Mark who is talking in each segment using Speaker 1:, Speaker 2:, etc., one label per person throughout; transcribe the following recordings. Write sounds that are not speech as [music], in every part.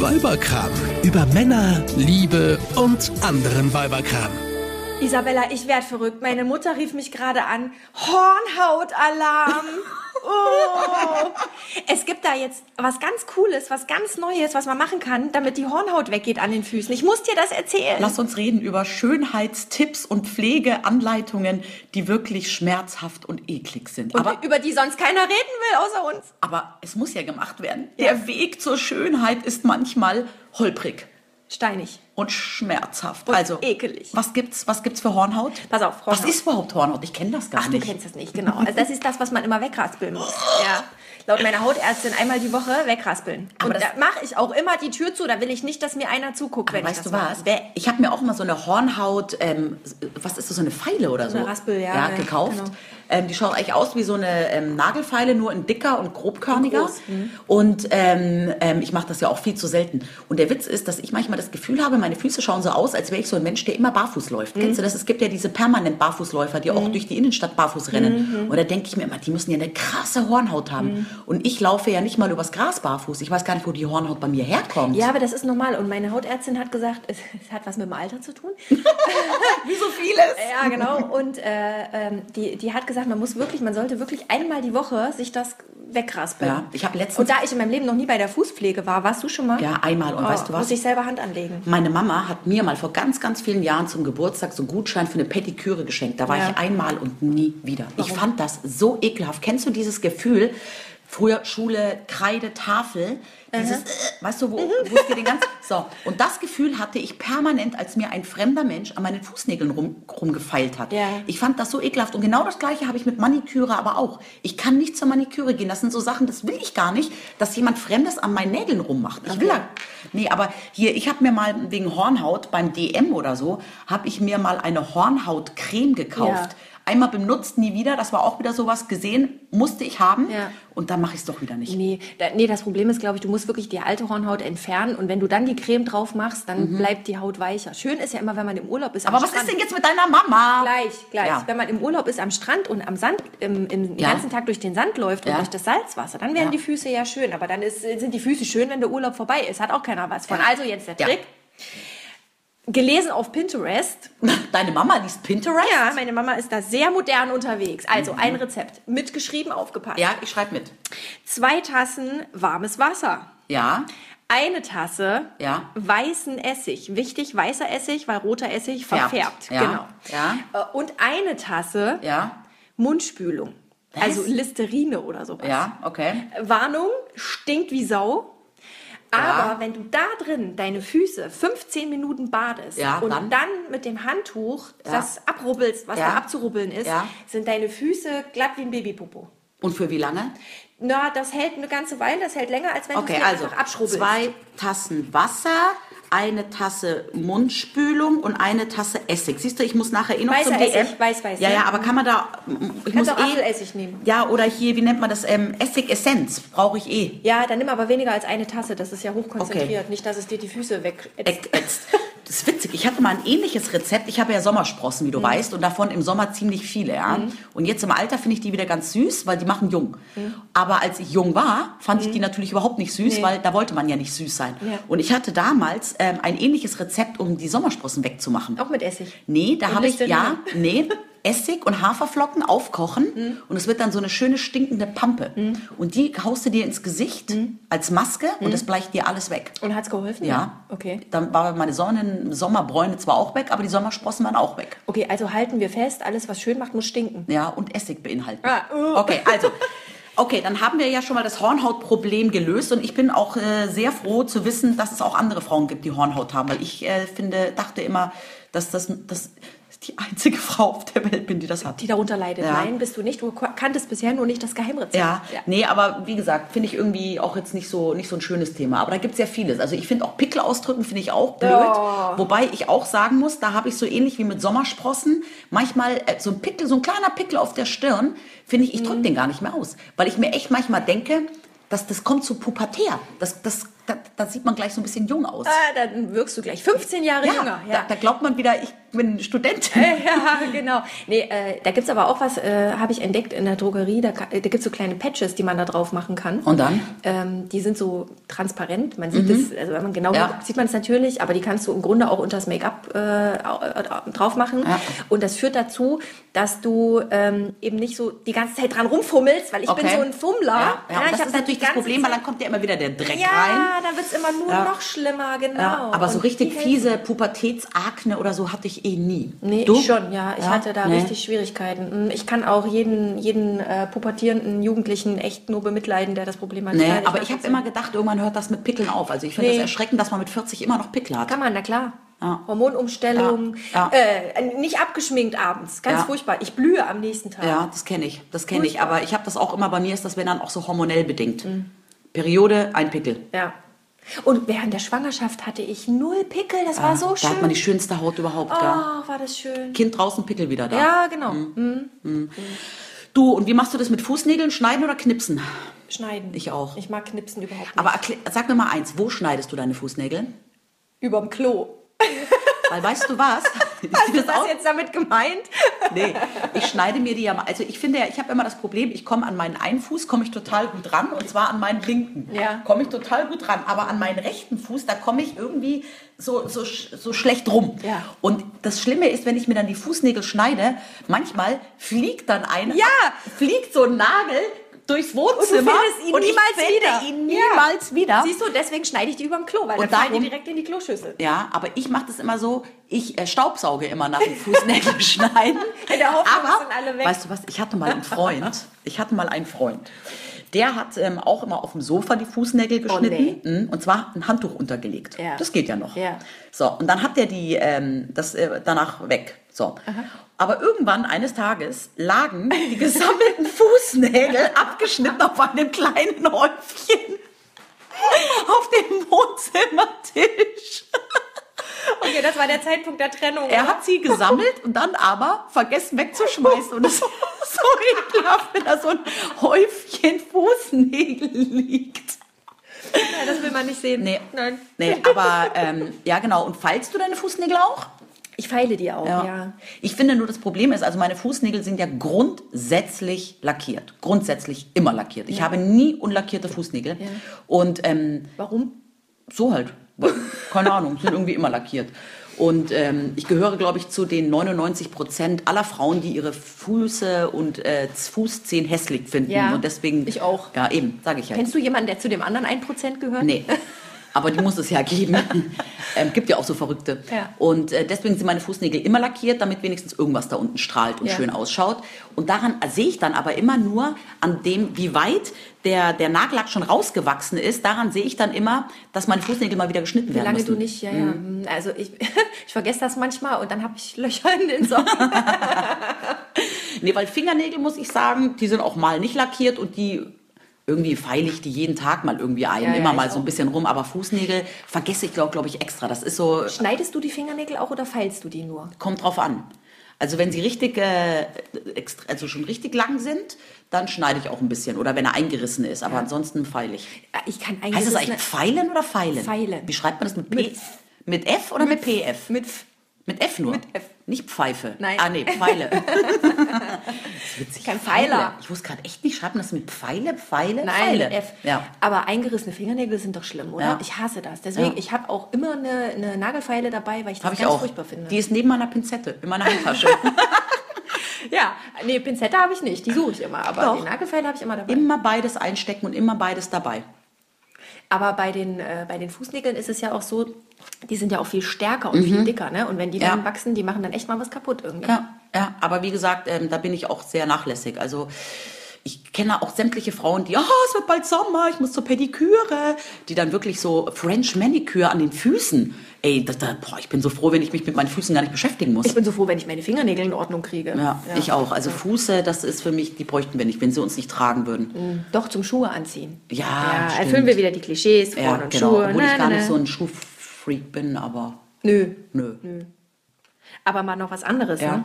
Speaker 1: Weiberkram. Über Männer, Liebe und anderen Weiberkram.
Speaker 2: Isabella, ich werd verrückt. Meine Mutter rief mich gerade an.
Speaker 3: [laughs]
Speaker 2: Hornhautalarm. Oh. Es gibt da jetzt was ganz Cooles, was ganz Neues, was man machen kann, damit die Hornhaut weggeht an den Füßen. Ich muss dir das erzählen.
Speaker 3: Lass uns reden über Schönheitstipps und Pflegeanleitungen, die wirklich schmerzhaft und eklig sind.
Speaker 2: Und
Speaker 3: aber,
Speaker 2: über die sonst keiner reden will, außer uns.
Speaker 3: aber es muss ja gemacht werden. Der Weg zur Schönheit ist manchmal holprig
Speaker 2: Steinig.
Speaker 3: und schmerzhaft.
Speaker 2: Und
Speaker 3: also
Speaker 2: ekelig.
Speaker 3: Was gibt's? Was gibt's für Hornhaut?
Speaker 2: Pass auf, Hornhaut.
Speaker 3: Was ist überhaupt Hornhaut? Ich kenne das gar
Speaker 2: Ach, du
Speaker 3: nicht.
Speaker 2: kennst das nicht, genau. Also das ist das, was man immer wegraspeln muss.
Speaker 3: Oh.
Speaker 2: Ja. Laut meiner Hautärztin einmal die Woche wegraspeln.
Speaker 3: Aber
Speaker 2: und
Speaker 3: das-
Speaker 2: da mache ich auch immer die Tür zu. Da will ich nicht, dass mir einer zuguckt, wenn ich
Speaker 3: Weißt
Speaker 2: das
Speaker 3: du was?
Speaker 2: mache.
Speaker 3: Ich habe mir auch mal so eine Hornhaut, ähm, was ist das, so eine Pfeile oder so?
Speaker 2: eine Raspel, ja, ja,
Speaker 3: gekauft.
Speaker 2: genau.
Speaker 3: Ähm, die schaut eigentlich aus wie so eine ähm, Nagelfeile, nur in dicker und grobkörniger.
Speaker 2: Und groß, mhm.
Speaker 3: Und ähm, ähm, ich mache das ja auch viel zu selten. Und der Witz ist, dass ich manchmal das Gefühl habe, meine Füße schauen so aus, als wäre ich so ein Mensch, der immer barfuß
Speaker 2: Mhm.
Speaker 3: läuft. Kennst du das? Es gibt ja diese permanent Barfußläufer, die auch durch die Innenstadt barfuß rennen.
Speaker 2: Mhm.
Speaker 3: Und da denke ich mir immer, die müssen ja eine krasse Hornhaut haben. Und ich laufe ja nicht mal übers Gras barfuß. Ich weiß gar nicht, wo die Hornhaut bei mir herkommt.
Speaker 2: Ja, aber das ist normal. Und meine Hautärztin hat gesagt, es, es hat was mit dem Alter zu [laughs] tun.
Speaker 3: Wie so vieles.
Speaker 2: ja, genau. Und äh, ähm, die, die hat gesagt, man muss wirklich, man sollte wirklich einmal die Woche sich das wegraspeln.
Speaker 3: Ja, ich habe letztens
Speaker 2: Und da ich in meinem Leben noch nie bei der Fußpflege war, warst du schon mal? Oh,
Speaker 3: Ja, einmal. Und weißt du was?
Speaker 2: Muss ich selber Hand anlegen.
Speaker 3: Meine Mama hat mir mal vor ganz, ganz vielen Jahren zum Geburtstag so einen Gutschein für eine Pediküre geschenkt. Da war
Speaker 2: Ja.
Speaker 3: ich einmal und nie wieder. Ich fand das so ekelhaft. Kennst du dieses Gefühl? Früher Schule, Kreide, Tafel, dieses, äh, weißt du, wo,
Speaker 2: Mhm.
Speaker 3: wo es dir den ganzen, so. Und das Gefühl hatte ich permanent, als mir ein fremder Mensch an meinen Fußnägeln rum, rumgefeilt hat.
Speaker 2: Ja.
Speaker 3: Ich fand das so ekelhaft. Und genau das Gleiche habe ich mit Maniküre aber auch. Ich kann nicht zur Maniküre gehen. Das sind so Sachen, das will ich gar nicht, dass jemand Fremdes an meinen Nägeln rummacht. Ich will da, nee, aber hier, ich habe mir mal wegen Hornhaut beim DM oder so, habe ich mir mal eine Hornhautcreme gekauft.
Speaker 2: Ja.
Speaker 3: Einmal benutzt, nie wieder. Das war auch wieder sowas gesehen, musste ich haben.
Speaker 2: Ja.
Speaker 3: Und dann mache ich es doch wieder nicht.
Speaker 2: Nee, da, nee, das Problem ist, glaube ich, du musst wirklich die alte Hornhaut entfernen und wenn du dann die Creme drauf machst, dann bleibt die Haut weicher. Schön ist ja immer, wenn man im Urlaub Mhm. ist. am
Speaker 3: Aber was
Speaker 2: Strand.
Speaker 3: ist denn jetzt mit deiner Mama?
Speaker 2: Gleich, gleich.
Speaker 3: Ja.
Speaker 2: Wenn man im Urlaub ist am Strand und am Sand, im, im den
Speaker 3: Ja.
Speaker 2: ganzen Tag durch den Sand läuft und
Speaker 3: Ja.
Speaker 2: durch das Salzwasser, dann werden
Speaker 3: Ja.
Speaker 2: die Füße ja schön. Aber dann ist, sind die Füße schön, wenn der Urlaub vorbei ist. Hat auch keiner was von.
Speaker 3: Ja.
Speaker 2: Also jetzt der
Speaker 3: Ja.
Speaker 2: Trick. Gelesen auf Pinterest.
Speaker 3: [laughs] Deine Mama liest Pinterest?
Speaker 2: Ja, meine Mama ist da sehr modern unterwegs. Also ein Rezept. Mitgeschrieben, aufgepasst.
Speaker 3: Mhm. Ja, ich schreibe mit.
Speaker 2: Zwei Tassen warmes Wasser.
Speaker 3: Ja.
Speaker 2: Eine Tasse
Speaker 3: Ja.
Speaker 2: weißen Essig. Wichtig, weißer Essig, weil roter Essig
Speaker 3: Färbt.
Speaker 2: verfärbt.
Speaker 3: Ja.
Speaker 2: Genau.
Speaker 3: Ja.
Speaker 2: Äh, Und eine Tasse
Speaker 3: Ja.
Speaker 2: Mundspülung.
Speaker 3: Was?
Speaker 2: Also Listerine oder sowas.
Speaker 3: Ja, okay.
Speaker 2: Äh, Warnung, stinkt wie Sau. Aber wenn du da drin deine Füße 15 Minuten badest
Speaker 3: Ja,
Speaker 2: und dann?
Speaker 3: dann?
Speaker 2: mit dem Handtuch
Speaker 3: Ja.
Speaker 2: das abrubbelst, was
Speaker 3: Ja.
Speaker 2: da abzurubbeln ist,
Speaker 3: Ja.
Speaker 2: sind deine Füße glatt wie ein Babypopo.
Speaker 3: Und für wie lange?
Speaker 2: Na, das hält eine ganze Weile, das hält länger, als wenn du
Speaker 3: Okay,
Speaker 2: es dir
Speaker 3: also
Speaker 2: einfach abschrubbelst.
Speaker 3: zwei Tassen Wasser, eine Tasse Mundspülung und eine Tasse Essig. Siehst du, ich muss nachher eh noch
Speaker 2: Weißer
Speaker 3: zum DM.
Speaker 2: Essig, weiß, weiß,
Speaker 3: Ja,
Speaker 2: ne?
Speaker 3: ja, aber kann man da m- ich
Speaker 2: Kannst
Speaker 3: muss eh-
Speaker 2: auch Apfelessig nehmen.
Speaker 3: Ja, oder hier, wie nennt man das ähm, Essigessenz brauche ich eh.
Speaker 2: Ja, dann nimm aber weniger als eine Tasse. Das ist ja hochkonzentriert.
Speaker 3: Okay.
Speaker 2: Nicht, dass es dir die Füße weg.
Speaker 3: Ätzt, ätzt. Das ist witzig. Ich hatte mal ein ähnliches Rezept. Ich habe ja Sommersprossen, wie
Speaker 2: Mhm.
Speaker 3: du weißt, und davon im Sommer ziemlich viele. Ja? Und jetzt im Alter finde ich die wieder ganz süß, weil die machen jung. Aber als ich jung war, fand ich die natürlich überhaupt nicht süß,
Speaker 2: Mhm. Nee.
Speaker 3: weil da wollte man ja nicht süß sein.
Speaker 2: Ja.
Speaker 3: Und ich hatte damals ähm, ein ähnliches Rezept, um die Sommersprossen wegzumachen.
Speaker 2: [laughs] Auch mit Essig.
Speaker 3: Nee, da
Speaker 2: Und
Speaker 3: habe ich,
Speaker 2: Listerine.
Speaker 3: ja, nee, Essig und Haferflocken aufkochen
Speaker 2: Mhm.
Speaker 3: und es wird dann so eine schöne stinkende Pampe. Und die haust du dir ins Gesicht
Speaker 2: Mhm.
Speaker 3: als Maske und das bleicht dir alles weg.
Speaker 2: Und hat's geholfen?
Speaker 3: Ja.
Speaker 2: Okay.
Speaker 3: Dann war meine Sonnen Sommerbräune zwar auch weg, aber die Sommersprossen waren auch weg.
Speaker 2: Okay, also halten wir fest, alles, was schön macht, muss stinken.
Speaker 3: Ja, und Essig beinhalten.
Speaker 2: Ah, uh.
Speaker 3: Okay, also. Okay, dann haben wir ja schon mal das Hornhautproblem gelöst und ich bin auch äh, sehr froh zu wissen, dass es auch andere Frauen gibt, die Hornhaut haben, weil ich äh, finde, dachte immer, dass das dass ich die einzige [laughs] Frau auf der Welt bin, die das hat.
Speaker 2: Die darunter leidet.
Speaker 3: Ja.
Speaker 2: Nein, bist du nicht. Du kanntest bisher nur nicht das Geheimrezept.
Speaker 3: Ja, nee, aber wie gesagt, finde ich irgendwie auch jetzt nicht so, nicht so ein schönes Thema. Aber da gibt es ja vieles. Also ich finde auch Pickel ausdrücken, finde ich auch blöd. Wobei ich auch sagen muss, da habe ich so ähnlich wie mit Sommersprossen, manchmal äh, so ein Pickel, so ein kleiner Pickel auf der Stirn, finde
Speaker 2: Mhm.
Speaker 3: ich, ich drücke den gar nicht mehr aus. Weil ich mir echt manchmal denke, dass das kommt zu Pubertär. Das, das da, da sieht man gleich so ein bisschen jung aus.
Speaker 2: Ah, dann wirkst du gleich 15 Jahre jünger.
Speaker 3: Da, da glaubt man wieder, ich bin Studentin.
Speaker 2: [laughs] Ja, genau. Nee, äh, da gibt's aber auch was, äh, habe ich entdeckt in der Drogerie. Da, ka- da gibt's so kleine Patches, die man da drauf machen kann.
Speaker 3: Und dann? Mhm.
Speaker 2: Ähm, die sind so transparent. Man sieht es, also wenn man genau
Speaker 3: Ja.
Speaker 2: guckt, sieht man es natürlich, aber die kannst du im Grunde auch unter das Make-up äh, au- au- drauf machen.
Speaker 3: Ja.
Speaker 2: Und das führt dazu, dass du ähm, eben nicht so die ganze Zeit dran rumfummelst, weil ich bin so ein Fummler.
Speaker 3: Ja, ja, und
Speaker 2: ich hab
Speaker 3: das ist
Speaker 2: dann
Speaker 3: natürlich
Speaker 2: die
Speaker 3: das
Speaker 2: ganze
Speaker 3: Problem, weil dann kommt ja immer wieder der Dreck rein.
Speaker 2: ja, dann wird's immer nur
Speaker 3: Ja.
Speaker 2: noch schlimmer, genau.
Speaker 3: Ja, aber so
Speaker 2: Und
Speaker 3: richtig
Speaker 2: die
Speaker 3: fiese Pubertätsakne oder so hatte ich eh nie.
Speaker 2: Nee,
Speaker 3: Du?
Speaker 2: ich schon, ja. Ich hatte da
Speaker 3: Nee.
Speaker 2: richtig Schwierigkeiten. Mm, Ich kann auch jeden, jeden äh, pubertierenden Jugendlichen echt nur bemitleiden, der das Problem hat.
Speaker 3: Nee,
Speaker 2: Kann
Speaker 3: aber ich habe
Speaker 2: nachvollziehen.
Speaker 3: immer gedacht, irgendwann hört das mit Pickeln auf. Also ich finde
Speaker 2: Nee.
Speaker 3: das erschreckend, dass man mit 40 immer noch Pickel hat.
Speaker 2: Kann man, na klar.
Speaker 3: Ja.
Speaker 2: Hormonumstellung,
Speaker 3: Ja, ja.
Speaker 2: Äh, nicht abgeschminkt abends, ganz
Speaker 3: Ja.
Speaker 2: furchtbar. Ich blühe am nächsten Tag.
Speaker 3: Ja, das kenne ich, das kenne ich. Aber ich habe das auch immer, bei mir ist das, wenn dann auch so hormonell bedingt.
Speaker 2: Mhm.
Speaker 3: Periode, ein Pickel.
Speaker 2: Ja. Und während der Schwangerschaft hatte ich null Pickel, das
Speaker 3: Ja,
Speaker 2: war Ah, so
Speaker 3: da
Speaker 2: schön.
Speaker 3: hat man die schönste Haut überhaupt.
Speaker 2: oh,
Speaker 3: Ja. Mhm.
Speaker 2: war das schön.
Speaker 3: Kind draußen, Pickel wieder da.
Speaker 2: Ja, genau. Mm,
Speaker 3: Du, und wie machst du das mit Fußnägeln? Schneiden oder knipsen?
Speaker 2: Schneiden.
Speaker 3: Ich auch.
Speaker 2: Ich mag Knipsen überhaupt nicht.
Speaker 3: Aber erkl- sag mir mal eins, wo schneidest du deine Fußnägel?
Speaker 2: Überm Klo.
Speaker 3: Weil weißt du
Speaker 2: [laughs]
Speaker 3: was?
Speaker 2: Hast du das jetzt damit gemeint?
Speaker 3: Nee, ich schneide mir die ja mal. Also ich finde ja, ich habe immer das Problem, ich komme an meinen einen Fuß, komme ich total gut ran und zwar an meinen linken.
Speaker 2: Ja.
Speaker 3: Komme ich total gut ran, aber an meinen rechten Fuß, da komme ich irgendwie so, so, sch- so schlecht rum.
Speaker 2: Ja.
Speaker 3: Und das Schlimme ist, wenn ich mir dann die Fußnägel schneide, manchmal fliegt dann ein,
Speaker 2: Ja.
Speaker 3: fliegt so ein Nagel durchs Wohnzimmer
Speaker 2: findest ihn niemals
Speaker 3: ich finde
Speaker 2: wieder.
Speaker 3: ihn
Speaker 2: Ja.
Speaker 3: niemals wieder.
Speaker 2: Siehst du, deswegen schneide ich die überm Klo, weil
Speaker 3: Und
Speaker 2: dann fallen die
Speaker 3: darum-
Speaker 2: direkt in die Kloschüssel.
Speaker 3: Ja, aber ich mache das immer so, ich äh, staubsauge immer nach
Speaker 2: [laughs]
Speaker 3: dem Fußnägel schneiden.
Speaker 2: In der Hoffnung,
Speaker 3: aber,
Speaker 2: sind alle weg.
Speaker 3: Weißt du was, ich hatte mal einen Freund, ich hatte mal einen Freund, der hat ähm, auch immer auf dem Sofa die Fußnägel
Speaker 2: Oh,
Speaker 3: geschnitten Mm, und zwar ein Handtuch untergelegt.
Speaker 2: Ja.
Speaker 3: Das geht ja noch.
Speaker 2: Ja.
Speaker 3: So, und dann hat der die ähm, das äh, danach weg. So. Aber irgendwann eines Tages lagen die gesammelten [laughs] Fußnägel abgeschnitten auf einem kleinen Häufchen [laughs] auf dem Wohnzimmertisch.
Speaker 2: Okay, das war der Zeitpunkt der Trennung.
Speaker 3: Er hat sie gesammelt und dann aber vergessen wegzuschmeißen. Und es ist [laughs] so ekelhaft, wenn da so ein Häufchen Fußnägel liegt.
Speaker 2: Nein, das will man nicht sehen.
Speaker 3: Nee.
Speaker 2: Nein.
Speaker 3: Nee, aber ähm, ja genau. Und falzt du deine Fußnägel auch?
Speaker 2: Ich feile die auch, ja. ja.
Speaker 3: Ich finde nur, das Problem ist, also meine Fußnägel sind ja grundsätzlich lackiert. Grundsätzlich immer lackiert. Ich habe nie unlackierte Fußnägel. Und ähm,
Speaker 2: Warum?
Speaker 3: so halt. Keine Ahnung, sind irgendwie immer lackiert. Und ähm, ich gehöre, glaube ich, zu den 99 Prozent aller Frauen, die ihre Füße und äh, Fußzehen hässlich finden.
Speaker 2: Ja,
Speaker 3: und deswegen.
Speaker 2: ich auch.
Speaker 3: Ja, eben, sage ich halt. ja.
Speaker 2: Kennst du jemanden, der zu dem anderen 1% gehört?
Speaker 3: Nee. Aber die muss es ja
Speaker 2: [laughs]
Speaker 3: geben. ähm, gibt ja auch so Verrückte.
Speaker 2: Ja.
Speaker 3: Und äh, deswegen sind meine Fußnägel immer lackiert, damit wenigstens irgendwas da unten strahlt und
Speaker 2: Ja.
Speaker 3: schön ausschaut. Und daran sehe ich dann aber immer nur an dem, wie weit der, der Nagellack schon rausgewachsen ist. Daran sehe ich dann immer, dass meine Fußnägel mal wieder geschnitten
Speaker 2: Wie
Speaker 3: werden
Speaker 2: lange
Speaker 3: müssen.
Speaker 2: du nicht, ja, ja.
Speaker 3: Mhm.
Speaker 2: Also ich, [laughs] ich vergesse das manchmal und dann habe ich Löcher in den Socken.
Speaker 3: [laughs] Nee, weil Fingernägel, muss ich sagen, die sind auch mal nicht lackiert und die irgendwie feile ich die jeden Tag mal irgendwie ein,
Speaker 2: Ja, ja,
Speaker 3: immer mal
Speaker 2: ich
Speaker 3: so ein
Speaker 2: auch.
Speaker 3: bisschen rum. Aber Fußnägel vergesse ich, glaube glaub ich, extra. Das ist so,
Speaker 2: Schneidest du die Fingernägel auch oder feilst du die nur?
Speaker 3: kommt drauf an. Also wenn sie richtig, äh, extra, also schon richtig lang sind, dann schneide ich auch ein bisschen. Oder wenn er eingerissen ist, aber ansonsten feile ich.
Speaker 2: Äh, Ich kann eigentlich.
Speaker 3: Heißt das
Speaker 2: ist
Speaker 3: eigentlich feilen oder feilen?
Speaker 2: Feilen.
Speaker 3: Wie schreibt man das mit P?
Speaker 2: Mit
Speaker 3: Mit, F oder mit, PF?
Speaker 2: eine- Mit F
Speaker 3: Mit F nur? Mit
Speaker 2: F.
Speaker 3: Nicht Pfeife.
Speaker 2: Nein.
Speaker 3: Ah,
Speaker 2: [laughs]
Speaker 3: nee, Pfeile.
Speaker 2: kein Pfeiler.
Speaker 3: Ich wusste gerade echt nicht, schreibt man das mit Pfeile, Pfeile,
Speaker 2: Nein,
Speaker 3: Pfeile?
Speaker 2: mit F.
Speaker 3: Ja.
Speaker 2: Aber eingerissene Fingernägel sind doch schlimm, oder?
Speaker 3: Ja.
Speaker 2: Ich hasse das. Deswegen,
Speaker 3: Ja.
Speaker 2: ich habe auch immer eine, eine Nagelfeile dabei, weil ich das
Speaker 3: Habe ich
Speaker 2: ganz
Speaker 3: auch.
Speaker 2: furchtbar finde.
Speaker 3: Die ist neben meiner Pinzette, in
Speaker 2: [laughs]
Speaker 3: meiner Handtasche.
Speaker 2: ja, nee, Pinzette habe ich nicht. Die suche ich immer. Aber
Speaker 3: Doch.
Speaker 2: die Nagelfeile habe ich immer dabei.
Speaker 3: immer beides einstecken und immer beides dabei.
Speaker 2: Aber bei den, äh, bei den Fußnägeln ist es ja auch so, die sind ja auch viel stärker und viel dicker, ne? Und wenn die
Speaker 3: Mhm. Ja.
Speaker 2: dann wachsen, die machen dann echt mal was kaputt irgendwie.
Speaker 3: Ja, ja. Aber wie gesagt, ähm, da bin ich auch sehr nachlässig. Also ich kenne auch sämtliche Frauen, die, oh, es wird bald Sommer, ich muss zur Pediküre, die dann wirklich so French Manicure an den Füßen. Ey, da, da, boah, ich bin so froh, wenn ich mich mit meinen Füßen gar nicht beschäftigen muss.
Speaker 2: Ich bin so froh, wenn ich meine Fingernägel in Ordnung kriege.
Speaker 3: ja, ich auch. Also Fuße, das ist für mich, die bräuchten wir nicht, wenn sie uns nicht tragen würden.
Speaker 2: Doch zum Schuhe anziehen.
Speaker 3: Ja, stimmt.
Speaker 2: Mhm. erfüllen wir wieder die Klischees, Frauen
Speaker 3: Ja,
Speaker 2: und
Speaker 3: genau.
Speaker 2: Schuhe.
Speaker 3: Obwohl
Speaker 2: na,
Speaker 3: ich gar
Speaker 2: na,
Speaker 3: nicht
Speaker 2: na.
Speaker 3: so ein Schuhfreak bin, aber
Speaker 2: Nö.
Speaker 3: nö.
Speaker 2: Aber mal noch was anderes,
Speaker 3: Ja.
Speaker 2: ne?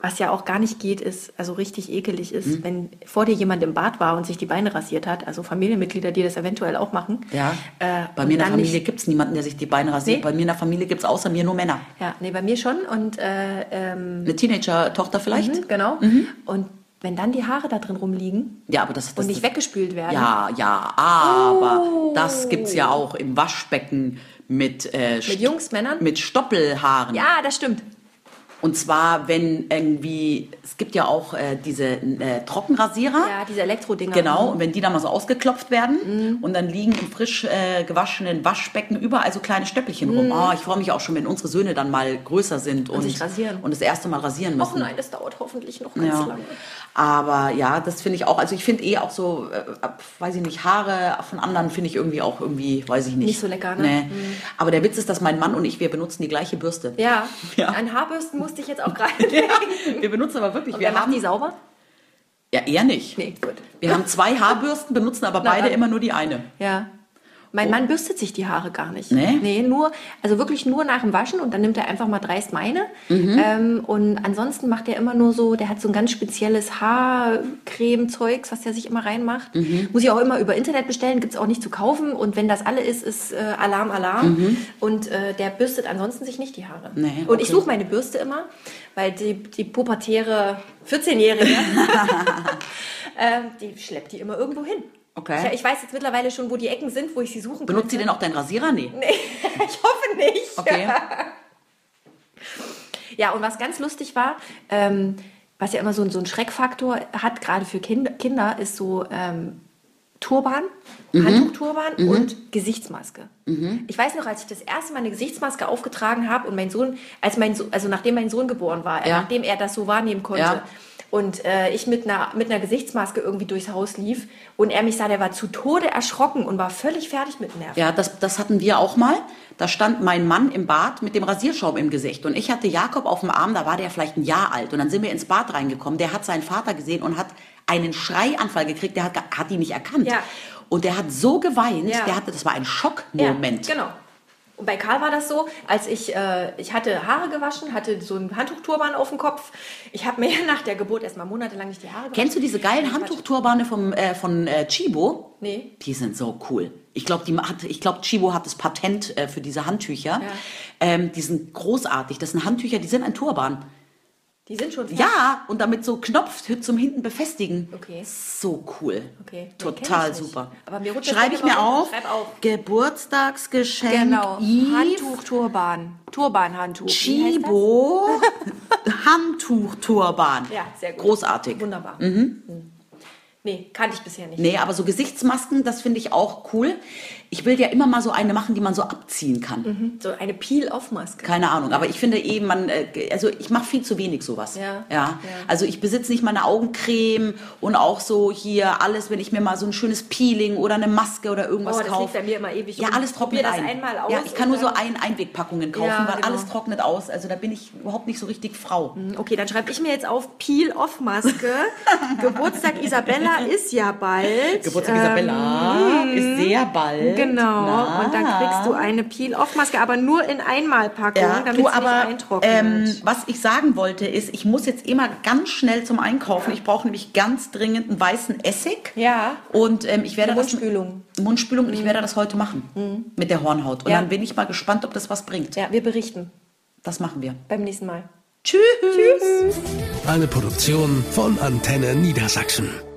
Speaker 2: was ja auch gar nicht geht, ist, also richtig ekelig ist,
Speaker 3: Mhm.
Speaker 2: wenn vor dir jemand im Bad war und sich die Beine rasiert hat, also Familienmitglieder, die das eventuell auch machen.
Speaker 3: Ja.
Speaker 2: Äh,
Speaker 3: bei
Speaker 2: und
Speaker 3: mir in der
Speaker 2: dann
Speaker 3: Familie
Speaker 2: nicht-
Speaker 3: gibt es niemanden, der sich die Beine rasiert.
Speaker 2: Nee.
Speaker 3: Bei mir in der Familie gibt es außer mir nur Männer.
Speaker 2: Ja, nee, bei mir schon. Und äh, ähm,
Speaker 3: Eine Teenager-Tochter vielleicht?
Speaker 2: Mhm, genau. Und wenn dann die Haare da drin rumliegen
Speaker 3: Ja, aber das, das
Speaker 2: und nicht
Speaker 3: das-
Speaker 2: weggespült werden. Oh.
Speaker 3: Ja, ja, aber das gibt's ja auch im Waschbecken mit äh, St-
Speaker 2: Jungs, Männern?
Speaker 3: mit Stoppelhaaren.
Speaker 2: Ja, das stimmt.
Speaker 3: Und zwar wenn irgendwie es gibt ja auch äh, diese äh, Trockenrasierer.
Speaker 2: Ja, diese Elektrodinger.
Speaker 3: Genau, und wenn die dann mal so ausgeklopft werden
Speaker 2: Mhm.
Speaker 3: und dann liegen im frisch äh, gewaschenen Waschbecken überall so kleine Stöppelchen rum. Oh, ich freue mich auch schon, wenn unsere Söhne dann mal größer sind und,
Speaker 2: Mhm. sich rasieren.
Speaker 3: und das erste Mal rasieren
Speaker 2: Och
Speaker 3: müssen.
Speaker 2: nein, das dauert hoffentlich noch ganz
Speaker 3: Ja.
Speaker 2: lange.
Speaker 3: Aber ja, das finde ich auch. Also ich finde eh auch so, äh, ab- weiß ich nicht, Haare von anderen finde ich irgendwie auch irgendwie, weiß ich nicht.
Speaker 2: Nicht so lecker, ne?
Speaker 3: Nee. Aber der Witz ist, dass mein Mann und ich, wir benutzen die gleiche Bürste.
Speaker 2: Ja.
Speaker 3: Ja.
Speaker 2: an Haarbürsten musste ich jetzt
Speaker 3: [laughs]
Speaker 2: auch gerade denken.
Speaker 3: Wir benutzen aber wirklich,
Speaker 2: Und
Speaker 3: wir
Speaker 2: wer macht
Speaker 3: haben
Speaker 2: die sauber?
Speaker 3: ja eher nicht.
Speaker 2: Nee, gut.
Speaker 3: Wir haben zwei Haarbürsten, benutzen aber
Speaker 2: Na,
Speaker 3: beide
Speaker 2: dann-
Speaker 3: immer nur die eine.
Speaker 2: Ja. Mein Mann bürstet sich die Haare gar nicht.
Speaker 3: Oh. Nee?
Speaker 2: Nee, nur, also wirklich nur nach dem Waschen und dann nimmt er einfach mal dreist meine.
Speaker 3: Mhm.
Speaker 2: Ähm, und ansonsten macht er immer nur so, der hat so ein ganz spezielles Haarcreme-Zeugs, was er sich immer reinmacht.
Speaker 3: Mhm.
Speaker 2: Muss ich auch immer über Internet bestellen, gibt's auch nicht zu kaufen. Und wenn das alle ist, ist äh, Alarm, Alarm. Und äh, der bürstet ansonsten sich nicht die Haare.
Speaker 3: Mhm. Nee,
Speaker 2: Und ich
Speaker 3: okay.
Speaker 2: suche meine Bürste immer, weil die, die pubertäre
Speaker 3: [laughs]
Speaker 2: 14-Jährige, [laughs] äh, die schleppt die immer irgendwo hin.
Speaker 3: Okay.
Speaker 2: Ich, ich weiß jetzt mittlerweile schon, wo die Ecken sind, wo ich sie suchen
Speaker 3: Benutzt
Speaker 2: könnte.
Speaker 3: sie denn auch deinen Rasierer? Nee.
Speaker 2: [laughs] ich hoffe nicht.
Speaker 3: Okay.
Speaker 2: [laughs] Ja, und was ganz lustig war, ähm, was ja immer so, so einen Schreckfaktor hat, gerade für kind, Kinder, ist so ähm, Turban,
Speaker 3: Mhm.
Speaker 2: Handtuchturban und Gesichtsmaske. Ich weiß noch, als ich das erste Mal eine Gesichtsmaske aufgetragen habe und mein Sohn, als mein so also nachdem mein Sohn geboren war,
Speaker 3: Ja.
Speaker 2: nachdem er das so wahrnehmen konnte.
Speaker 3: Ja.
Speaker 2: Und äh, ich mit einer, mit einer Gesichtsmaske irgendwie durchs Haus lief und er mich sah, der war zu Tode erschrocken und war völlig fertig mit Nerven.
Speaker 3: Ja, das, das hatten wir auch mal. Da stand mein Mann im Bad mit dem Rasierschaum im Gesicht. Und ich hatte Jakob auf dem Arm, da war der vielleicht ein Jahr alt. Und dann sind wir ins Bad reingekommen. Der hat seinen Vater gesehen und hat einen Schreianfall gekriegt. Der hat, ge- hat ihn nicht erkannt.
Speaker 2: Ja.
Speaker 3: Und der hat so geweint.
Speaker 2: Ja.
Speaker 3: Der hatte, das war ein Schockmoment.
Speaker 2: Ja, genau. Und bei Karl war das so, als ich, äh, ich hatte Haare gewaschen, hatte so einen Handtuchturban auf dem Kopf. Ich habe mir [laughs] nach der Geburt erstmal monatelang nicht die Haare gewaschen.
Speaker 3: Kennst du diese geilen Handtuchturbane vom, äh, von äh, Chibo?
Speaker 2: Nee.
Speaker 3: Die sind so cool. Ich glaube, glaub, Chibo hat das Patent äh, für diese Handtücher. Ähm, die sind großartig. Das sind Handtücher, die sind ein Turban.
Speaker 2: Die sind schon fertig.
Speaker 3: Ja, und damit so Knopf zum hinten befestigen.
Speaker 2: Okay.
Speaker 3: So cool.
Speaker 2: Okay. Nee, kenn
Speaker 3: Total
Speaker 2: ich nicht.
Speaker 3: super.
Speaker 2: Aber mir rutscht das
Speaker 3: Schreibe ich
Speaker 2: immer
Speaker 3: mir
Speaker 2: runter.
Speaker 3: auf.
Speaker 2: Schreib auf.
Speaker 3: Geburtstagsgeschenk.
Speaker 2: Genau.
Speaker 3: Yves.
Speaker 2: Handtuchturban. Turbanhandtuch. Wie heißt das?
Speaker 3: Chibo. [laughs] Handtuchturban.
Speaker 2: Ja, sehr gut.
Speaker 3: Großartig. Mhm.
Speaker 2: Wunderbar. Hm. Nee, kannte ich bisher nicht.
Speaker 3: Nee, aber so Gesichtsmasken, das finde ich auch cool. Ich will ja immer mal so eine machen, die man so abziehen kann.
Speaker 2: Mhm. So eine Peel-Off-Maske.
Speaker 3: Keine Ahnung, aber ich finde eben, man, äh, also ich mache viel zu wenig sowas.
Speaker 2: Ja. Ja.
Speaker 3: ja. Also ich besitze nicht meine Augencreme und auch so hier alles, wenn ich mir mal so ein schönes Peeling oder eine Maske oder irgendwas
Speaker 2: Oh, das liegt
Speaker 3: kaufe.
Speaker 2: bei mir immer ewig.
Speaker 3: ja,
Speaker 2: Und
Speaker 3: alles
Speaker 2: ich
Speaker 3: trocknet
Speaker 2: probier das
Speaker 3: ein.
Speaker 2: einmal aus
Speaker 3: ja, ich kann nur
Speaker 2: und
Speaker 3: so
Speaker 2: dann-
Speaker 3: ein Einwegpackungen kaufen,
Speaker 2: Ja,
Speaker 3: weil
Speaker 2: genau. Mhm.
Speaker 3: alles trocknet aus. Also da bin ich überhaupt nicht so richtig Frau.
Speaker 2: Hm, Okay, dann schreibe ich mir jetzt auf Peel-Off-Maske.
Speaker 3: [laughs]
Speaker 2: Geburtstag Isabella ist ja bald.
Speaker 3: Geburtstag Isabella ist sehr bald.
Speaker 2: Ähm. Genau,
Speaker 3: Na.
Speaker 2: und dann kriegst du eine Peel-Off-Maske, aber nur in Einmalpackung,
Speaker 3: Ja,
Speaker 2: damit
Speaker 3: du
Speaker 2: sie nicht
Speaker 3: aber,
Speaker 2: eintrocknet.
Speaker 3: ähm, was ich sagen wollte, ist, ich muss jetzt immer ganz schnell zum Einkaufen. Ich brauche nämlich ganz dringend einen weißen Essig.
Speaker 2: Ja.
Speaker 3: Und ähm, ich werde
Speaker 2: Eine
Speaker 3: das-
Speaker 2: Mundspülung. Mhm.
Speaker 3: Mundspülung und ich werde das heute machen mit der Hornhaut. Und
Speaker 2: Ja.
Speaker 3: dann bin ich mal gespannt, ob das was bringt.
Speaker 2: ja, wir berichten
Speaker 3: Das machen wir.
Speaker 2: beim nächsten Mal.
Speaker 3: Tschüss.
Speaker 1: Eine Produktion von Antenne Niedersachsen.